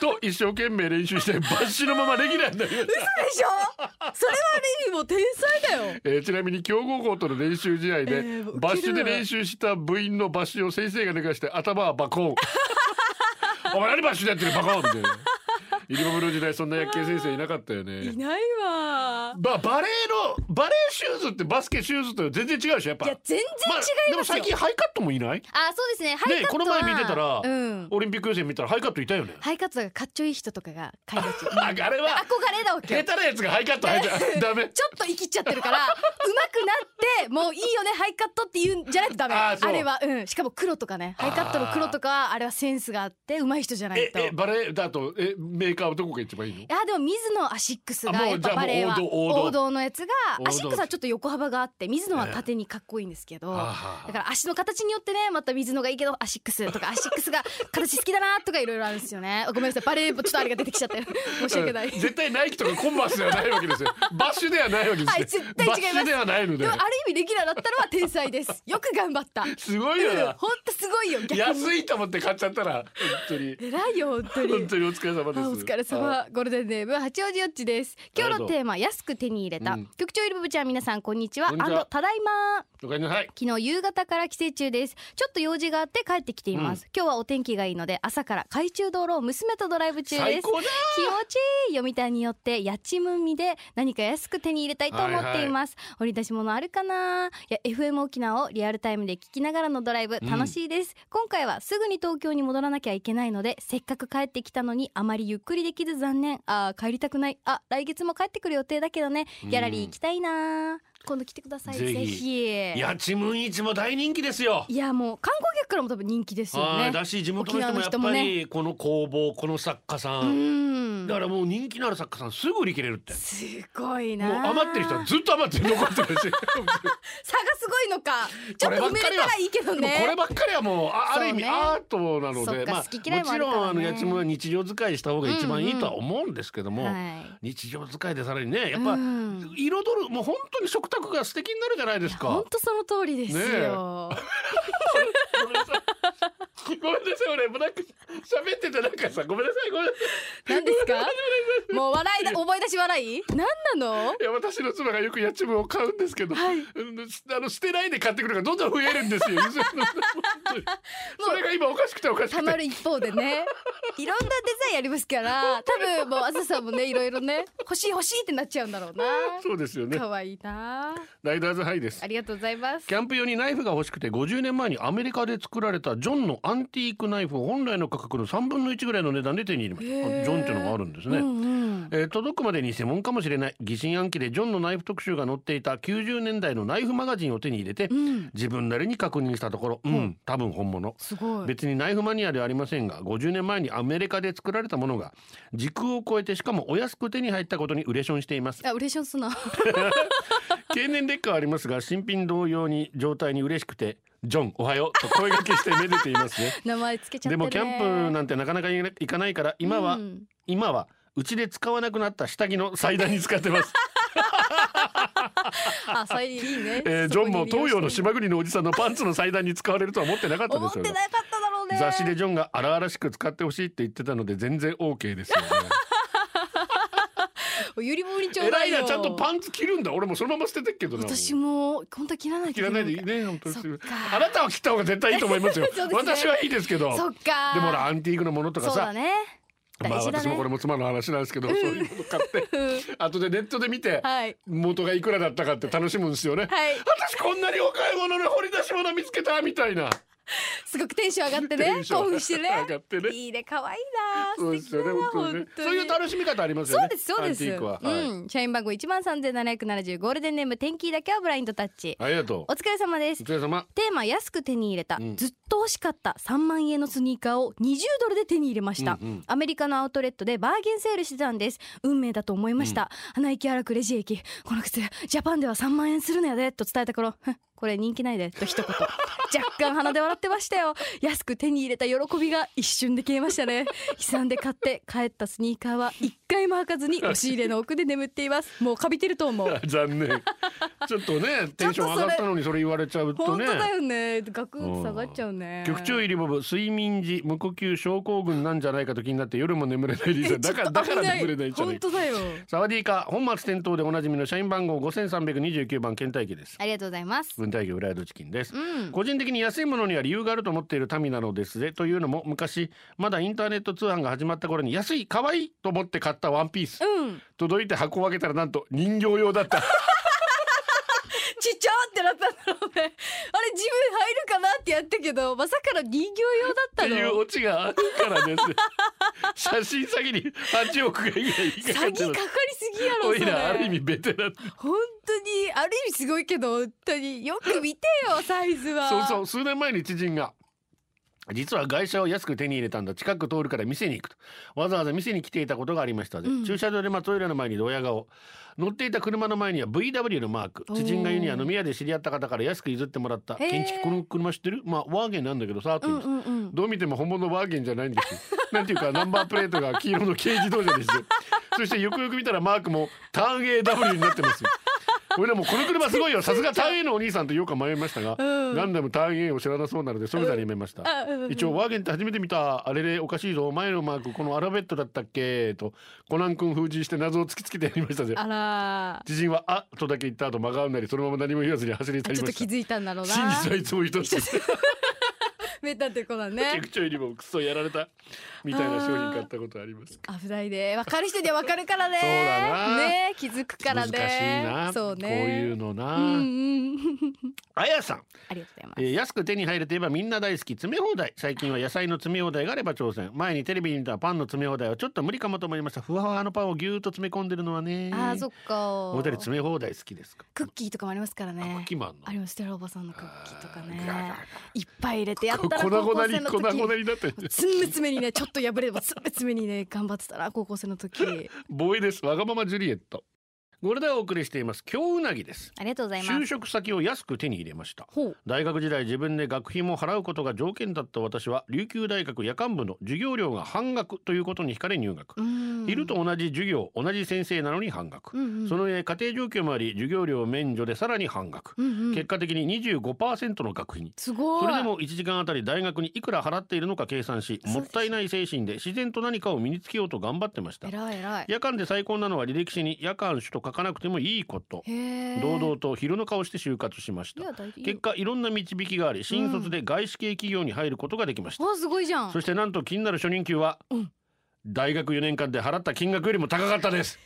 A: と一生懸命練習してバッシュのままレギュラーになりました
C: でしょそれはレミも天才だよ
A: えーちなみに強豪校との練習試合で、
C: えー
A: バッシュで練習した部員のバッシュを先生が抜かして頭はバコン お前何バッシュでやってるバコンみたいな入り込の時代そんな野球先生いなかったよね
C: いないわ
A: ばバレーのバレーシューズってバスケシューズと全然違うでしょやっぱ
C: いや全然違い
A: まあ
C: ますよ、
A: でも最近ハイカットもいないね
B: あそうですねハイカット
A: こ
B: は
A: の前見てたら、
B: うん
A: オリンピック予選見たらハイカットいたよね、
B: ハイカットがかっちょいい人とかが買いがち
A: ああれは
B: 憧れだわけ
A: 下手なやつがハイカット履いてあダメ
B: ちょっと生きっちゃってるからうまくなってもういいよねハイカットって言うんじゃないとダメ
A: あ
B: あ
A: ーそう
B: れはうんしかも黒とかねハイカットの黒とかはあれはセンスがあって上手い人じゃない
A: え
B: と
A: えバレーだとえメーカーはどこが一番いいの
B: いやでも水野アシックス
A: あも
B: が
A: う
B: やっ
A: じ
B: ぱ
A: ゃあもう
B: バレーは
A: 王道王道
B: 王道のやつが
A: 王道
B: アシックスはちょっと横幅があって水野は縦にかっこいいんですけど、
A: はあはあ
B: だから足の形によってねまた水野がいいけどアシックスとかアシックスが形好きだなとかいろいろあるんですよねごめんなさいバレーちょっとあれが出てきちゃって申し訳ない
A: うん絶対ナイキとかコンバースではないわけですよ バッシュではないわけですよ、
B: はい絶対違います
A: バッシュではないの
B: で
A: で
B: もある意味レギュラーだったのは天才ですよく頑張った
A: すごいよ
B: うん
A: な
B: ほんとすごいよ逆に
A: 安いと思って買っちゃったら本 当に
B: 偉いよ本当に
A: 本当にお疲れ様です
B: あお疲れ様ゴールデンネーム八王子よっちです今日のテーマ安くく手に入れた、
A: うん
B: 局長イルブブちゃん皆さんこんにちは
A: こんにちは
B: アンドただいま
A: おかえりなさい
B: 昨日夕方から帰省中ですちょっと用事があって帰ってきています、今日はお天気がいいので朝から海中道路を娘とドライブ中です
A: 最高だ
B: 気持ちいい読谷によって八千海で何か安く手に入れたいと思っています、掘り出し物あるかないや FM 沖縄をリアルタイムで聞きながらのドライブ
A: うん
B: 楽しいです、今回はすぐに東京に戻らなきゃいけないのでせっかく帰ってきたのにあまりゆっくりできず残念あー帰りたくないあ来月も帰ってくる予定だけどね
A: うん
B: ギャラリー行きたいな今度来てください
A: ぜひ
B: ぜひ
A: 八千ムン市も大人気ですよ
B: いやもう観光客からも多分人気ですよ
A: はい
B: ね
A: だし地元の人もやっ
B: 沖縄
A: ぱ
B: の人も
A: りこの工房この作家さ
B: うんん
A: だからもう人気のある作家さんすぐ売り切れるって
B: すごい
A: もう
B: な
A: 余ってる人はずっと余ってる残ってるし
C: 差がすごいのかちょっと埋めれたらいいけど
A: でもこれ
C: ね
A: ばっかりはもうあある意味
B: そうね
A: アートなの
B: そ
A: で、
B: っか
A: ま
B: 好き嫌い
A: も
B: も
A: ち
B: あるからね
A: ろんあの八千ムンは日常使いした方が一番いいとは思うんですけども、
B: はい
A: 日常使いでさらにねやっぱ、
B: うん
A: 彩るもう本当に食卓が素敵になるじゃないですか
B: 本。当その通りですよ、
A: ごめんなさい。ごめんなさい、俺、もうなんか、喋ってて、なんかさ、ごめんなさい、ごめんなさ
C: 何です かもう笑いだ思い出し笑い
B: 何なの
A: い。いや、私の妻がよくやちむを買うんですけど、うんすあの、捨てないで買ってくるから、どんどん増えるんです よ。譲るの本当にそれが今おかしくて、おかしく
B: た
A: て。
B: まる一方でねいろんなデザインありますから多分もうあずさんもねいろいろね欲しい欲しいってなっちゃうんだろうな
A: そうですよね。
B: 可愛いな
A: ライダーズハイです
B: あ。りがとうございます
A: キャンプ用にナイフが欲しくて50年前にアメリカで作られたジョンのアンティークナイフを本来の価格の3分の1ぐらいの値段で手に入れましたあジョンっていうのがあるんですね、
B: うんうん
A: えー届くまでに偽物かもしれない疑心暗鬼でジョンのナイフ特集が載っていた90年代のナイフマガジンを手に入れて、
B: うん
A: 自分なりに確認したところうん、多分本物
B: すごい
A: 別にナイフマニアではありませんが50年前にアメリカで作られたものが時空を超えてしかもお安く手に入ったことにウレションしています
B: あ、嬉しいすな。
A: 経年劣化はありますが新品同様に状態に嬉しくて「ジョンおはよう」と声掛けしてめでていますね
B: 名前つ けちゃっ
A: で
B: てね。
A: もキャンプなんてなかなか行かないから今は、
B: うん
A: 今はうちで使わなくなった下着の祭壇に使ってます。
B: あ、それいいね
A: えージョンも東洋の
B: 島
A: 島国のおじさんのパンツの祭壇に使われるとは思ってなかったで
B: 思っ
A: す
B: て
A: よ
B: な
A: ね
B: かっただろうね。
A: 雑誌でジョンが荒々しく使ってほしいって言ってたので全然 OK ですよね
B: ゆりもりちょう
A: 偉
B: だ
A: い
B: いよ。
A: なちゃんとパンツ切るんだ俺もうそのまま捨ててっけどな
B: 私も本当は切らないと
A: 切らないでいい
B: か
A: ね本当に
B: そっか
A: あなたは切った方が絶対いいと思いますよ
B: そうですね
A: 私はいいですけど
B: そっか。
A: でもほらアンティークのものとか
B: そうだ
A: さ、
B: ね。
A: ま
B: 大
A: あ
B: 事だ
A: 私もこれ
B: ね。
A: も妻の話なんですけど、そういうもの買って 後でネットで見て、
B: はい。
A: 元がいくらだったかって楽しむんですよね、
B: はい。
A: 私こんなにお買い物の掘り出し物見つけたみたいな
B: すごくテンション上がって
A: テ
B: ね
A: ン。ション
B: 興奮してね。
A: 上がってね
B: いいね、可愛いな。
A: そ
B: 素
A: うで
B: 敵
A: すよ
B: だ
A: ね
B: な
A: 本当に
B: 本
A: ね
B: 当
A: そういう楽しみ方ありますよ
B: そう
A: ね
B: ですそうです。
A: アンティークは、はい
B: うん。社員番号一万三千七百七十ゴールデンネーム天気だけはブラインドタッチ。
A: ありがと
B: お疲れ様で
A: う
B: す
A: お。疲れ様
B: テーマ安く手に入れた、
A: うん
B: ずっと欲しかった3万円のスニーカーを20ドルで手に入れました、
A: うんうん
B: アメリカのアウトレットでバーゲンセールしてたんです運命だと思いました、花行き荒くレジ駅この靴ジャパンでは3万円するのやでと伝えた頃ふんこれ人気ないで と一言若干鼻で笑ってましたよ安く手に入れた喜びが一瞬で消えましたね悲惨で買って帰ったスニーカーは一回も履かずに押し入れの奥で眠っていますもうカビてると思う
A: 残 念ちょっとねテンション上がったのにそれ言われ ちゃうと
B: 本当
A: ね
B: だよねガクンと下がっちゃうね
A: 局長入りボブ睡眠時無呼吸症候群なんじゃないかと気になって夜も眠れないリー さんだからだから眠れないじゃないか
B: 本当だよ
A: サワディーカ本末転倒でおなじみの社員番号5329番県大機です
B: ありがとうございます
A: 分体魚フライドチキンです、
B: うん
A: 個人的に安いものには理由があると思っている民なのですぜというのも昔まだインターネット通販が始まった頃に安い可愛いと思って買ったワンピース、
B: うん
A: 届いて箱を開けたらなんと人形用だった
B: ちっちゃーってなったんだろうねあれ自分入るかなってやったけどまさかの人形用だっ
A: って
B: た
A: いう
B: の
A: オチがあるからです 写真詐欺に8億が以外引っかか
B: 詐
A: ってる
B: 欺かかりすぎやろ
A: お
B: そ
A: い
B: れ
A: らある意味ベテラン
B: 本当にある意味すごいけど本当によく見て よサイズは
A: そうそう数年前に知人が実は外車を安く手に入れたんだ近く通るから店に行くとわざわざ店に来ていたことがありましたで、
B: うん
A: 駐車場でまあトイレの前にドヤ顔乗っていた車の前には VW のマーク
B: おー
A: 知人が言うには飲み屋で知り合った方から安く譲ってもらった
B: へー
A: 建築この車知ってるまあワーゲンなんだけどさって
B: う
A: 言うん
B: ん
A: です
B: うんうん
A: どう見ても本物のワーゲンじゃないんですよ なんていうかナンバープレートが黄 色の軽自動車ですよそしてよくよく見たらマークもターン AW になってますよこれでもこの車すごいよさすが単位のお兄さんと言おうか迷いましたが、ガンダム単位を知らなそうなのでそれぞれやめました、一応ワーゲンって初めて見たあれれおかしいぞ前のマークこのアルファベットだったっけとコナン君封じして謎を突きつけてやりましたぜ
B: あら
A: 知人は「あ」とだけ言った後間が合うなりそのまま何も言わずに走り去
B: ー
A: り
B: ちょっ
A: ま
B: と
A: し
B: 気
A: た
B: づいたんだろうな
A: 真実はいつも一つ
B: めったってこだ
A: チ
B: ね
A: ェクチョイにもクソやられたみたいな商品買ったことありますか
B: 危ないね分かる人には分かるからね
A: そうだな
B: ね気づくから
A: 難しい
B: ね
A: な
B: そうね
A: こういうのな、
B: うんうん
A: あやさん
B: ありがとうございます
A: えー安く手に入るといえばみんな大好き詰め放題最近は野菜の詰め放題があれば挑戦前にテレビに見たパンの詰め放題はちょっと無理かもと思いましたふわふわのパンをぎゅーっと詰め込んでるのはね
B: あーそっか
A: お二人詰め放題好きですか
B: クッキーとかもありますから
A: あク
B: ね
A: ッキーマンの
B: ありますテラおばさんのクッキーとかね
A: あーガラガラ
B: いっぱい入れてやった
A: こ
B: ら
A: 粉々
B: 高校生
A: に
B: の
A: 粉
B: 時
A: 々になってる
B: つんめつめにねちょっと破ればつんめつめにね頑張ってたな高校生の時
A: ボーイですわがままジュリエットこれでお送りしています京うなぎです
B: ありがとうございま
A: 就
B: す
A: 職先を安く手に入れました
B: ほう
A: 大学時代自分で学費も払うことが条件だった私は琉球大学夜間部の授業料が半額ということに惹かれ入学
B: うん
A: 昼と同じ授業同じ先生なのに半額、
B: うんうん
A: その上家庭状況もあり授業料免除でさらに半額、
B: うんうん
A: 結果的に25%の学費に
B: すごい
A: それでも1時間あたり大学にいくら払っているのか計算し
B: そう
A: も
B: です
A: ったいない精神で自然と何かを身につけようと頑張ってました
B: 偉い偉い
A: 夜間で最高なのは履歴書に夜間主と書かなくてもいいこと
B: へえ
A: 堂々と昼の顔して就活しまし
B: い
A: た
B: や大丈
A: 結果いろんな導きがあり新卒で外資系企業に入ることができました、
B: 夫あすごいじゃん
A: そしてなんと気になる初任給は、
B: うん
A: 大学4年間で払った金額よりも高かったです、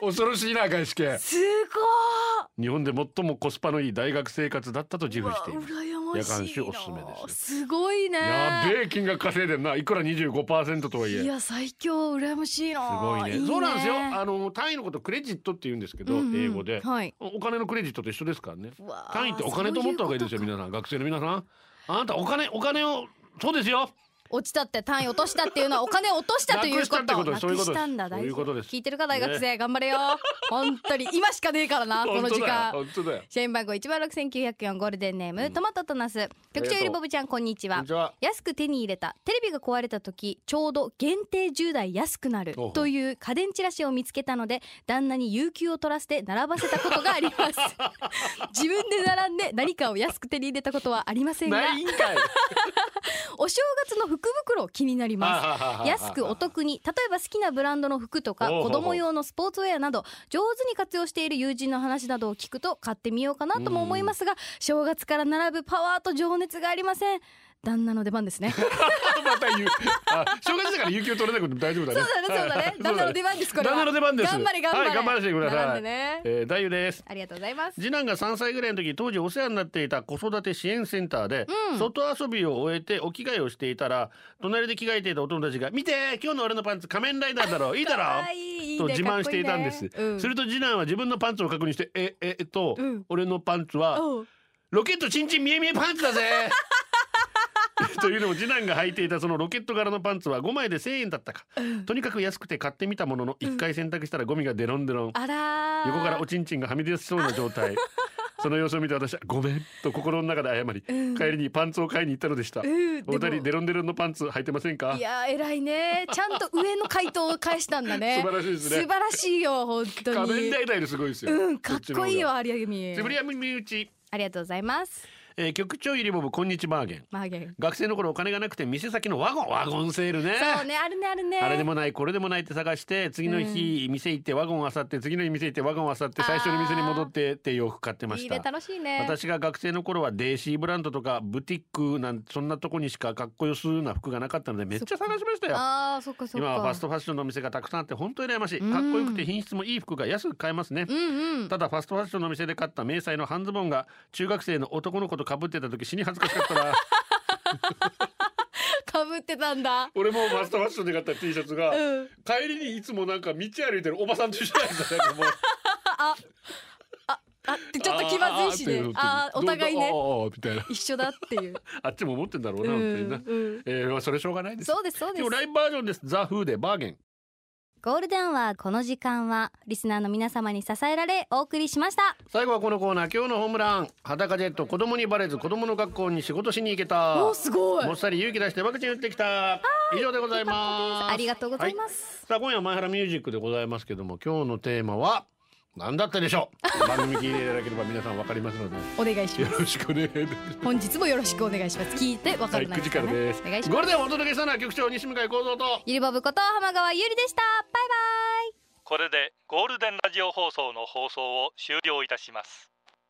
A: 恐ろしいな外資系
B: すご
A: 日本で最もコスパのいい大学生活だったと自
B: ー
A: 負しています
B: うわ羨ま
A: 夜
B: しいな
A: 間酒おすすめです
B: ごいね
A: やべえ金額稼いでんないくら25%とはいえ
B: いや最強羨ましいな
A: すごいねそうなんですよあの単位のことクレジットって言うんですけど、
B: うんうん
A: 英語で、
B: はい
A: おお金のクレジットと一緒ですからね
B: うわー
A: 単位ってお金と思った方がいいですよ
B: そううこと
A: 皆
B: か
A: さん学生の皆さんあなたお金お金をそうですよ
B: 落ちたって単位落としたっていうのはお金を落としたというこ
A: な
B: と
A: くしたってことですそういうことです
B: なくしたんだ大
A: そうい
B: 丈
A: うこ
B: 夫
A: とです
B: 聞いてるか大学生、頑張れよ本当に今しかねえか らなこの時
A: 本当だ
B: 間
A: よ本当だよ
B: 社員番号一万六千九百四ゴールデンネーム、トマトとナス局長ゆりぼぶちゃんこんにち
A: こん
B: は
A: にちは
B: 安く手に入れたテレビが壊れた時ちょうど限定10台安くなる
A: ほうほう
B: という家電チラシを見つけたので旦那に有給を取らせて並ばせたことがあります 自分で並んで何かを安く手に入れたことはありませんが
A: ないんかい
B: お正月の福袋気になります 安くお得に例えば好きなブランドの服と
A: おう
B: か
A: おうおう
B: 子供用のスポーツウェアなど上手に活用している友人の話などを聞くと買ってみようかなとも思いますが正月から並ぶパワーと情熱がありません旦那の出番ですねそう
A: また言うあ正月だから有給取れなくても大丈夫だね
B: だねそう だね旦那の出番ですこれは
A: 旦那の出番です
B: 頑張れ頑張れ、
A: はい頑張らせてください
B: 並んでね
A: えー、大夫です
B: ありがとうございます
A: 次男が3歳ぐらいの時当時お世話になっていた子育て支援センターで、外遊びを終えてお着替えをしていたら隣で着替えていたお友達が「見て今日の俺のパンツ仮面ライダーだろいいだろ!」
B: わいいいいね
A: と自慢していたんです
B: かっこいいねうん
A: すると次男は自分のパンツを確認して「えええっと、
B: うん
A: 俺のパンツは
B: おう
A: ロケットチンチン見え見えパンツ だぜ! 」というのも次男が履いていたそのロケット柄のパンツは5枚で1,000円だったか、とにかく安くて買ってみたものの1回洗濯したらゴミがデロンデロン、
B: あらー
A: 横からおちんちんがはみ出しそうな状 態その様子を見て私は「ごめん」と心の中で謝り、帰りにパンツを買いに行ったのでした、
B: ん
A: お二
B: でも
A: 人デロンデロンのパンツ履いてませんか
B: いやー偉いねちゃんと上の回答を返したんだね
A: 素晴らしいですね
B: 素晴らしいよ本当に
A: 仮面ライダーよりすごいですよ、
B: うん、かっこいい
A: そ
B: よ、
A: っ
B: 有明
A: ちの方
B: 美
A: がつぶりやみ身内、
B: ありがとうございます。
A: えー局長ゆりぼぶこんにちバーゲン
B: マーゲン。
A: 学生の頃お金がなくて店先のワゴンワゴンセールね
B: そうね、あるね、あるね。
A: あれでもないこれでもないって探して次の日店行ってワゴンあさって次の日店行ってワゴンあさって最初の店に戻ってって洋服買ってま
B: い
A: し
B: い
A: た
B: ね、楽しいね。
A: 私が学生の頃はデーシーブランドとかブティックなんてそんなとこにしかかっこよすな服がなかったのでめっちゃ探しましたよ
B: ああ、そっか、そっか。
A: 今はファストファッションのお店がたくさんあって本当に羨ましい
B: うん
A: かっこよくて品質もいい服が安く買えますね、
B: うんうん。
A: ただファストファッションのお店で買った迷彩の半ズボンが中学生の男の子と被ってた時死に恥ずかしかったな
B: かぶってたんだ。
A: 俺もファストファッションで買った T シャツが、
B: うん。
A: 帰りにいつもなんか道歩いてるおばさんと一緒なんだよ もう
B: あ、ってちょっと気まずいしね。ああ、お互いね
A: ど。うぞあーみたいな
B: 一緒だっていう。
A: あっちも思ってんだろう
B: う
A: な、本当に
B: ん
A: な、
B: うん。
A: えーまあそれしょうがないです
B: そうです、そうで
A: 今
B: す
A: 日。ライブバージョンです。ザ・フーでバーゲン。
B: ゴールデンはこの時間はリスナーの皆様に支えられお送りしました。
A: 最後はこのコーナー、今日のホームラン。裸ジェット、子供にバレず、子供の学校に仕事しに行けた。
C: おーすごい
A: もっさり勇気出してワクチン打ってきた。以上でございます。
B: ありがとうございます
A: はいさあ、今夜は前原ミュージックでございますけども、今日のテーマは、何だったでしょう番組聞いていただければ皆さんわかりますので
C: お願いし
A: よ
C: ます
A: ろしくね
C: 本日もよろしくお願いします聞いてわか
A: はい
C: らない
A: 9時
C: か
A: からら
C: ね
A: です
B: お願いします
A: ゴールデンをお届けしたのは局長西向井幸三と
B: ゆりぼぶこと浜川ゆりでしたバイバイ
D: これでゴールデンラジオ放送の放送を終了いたします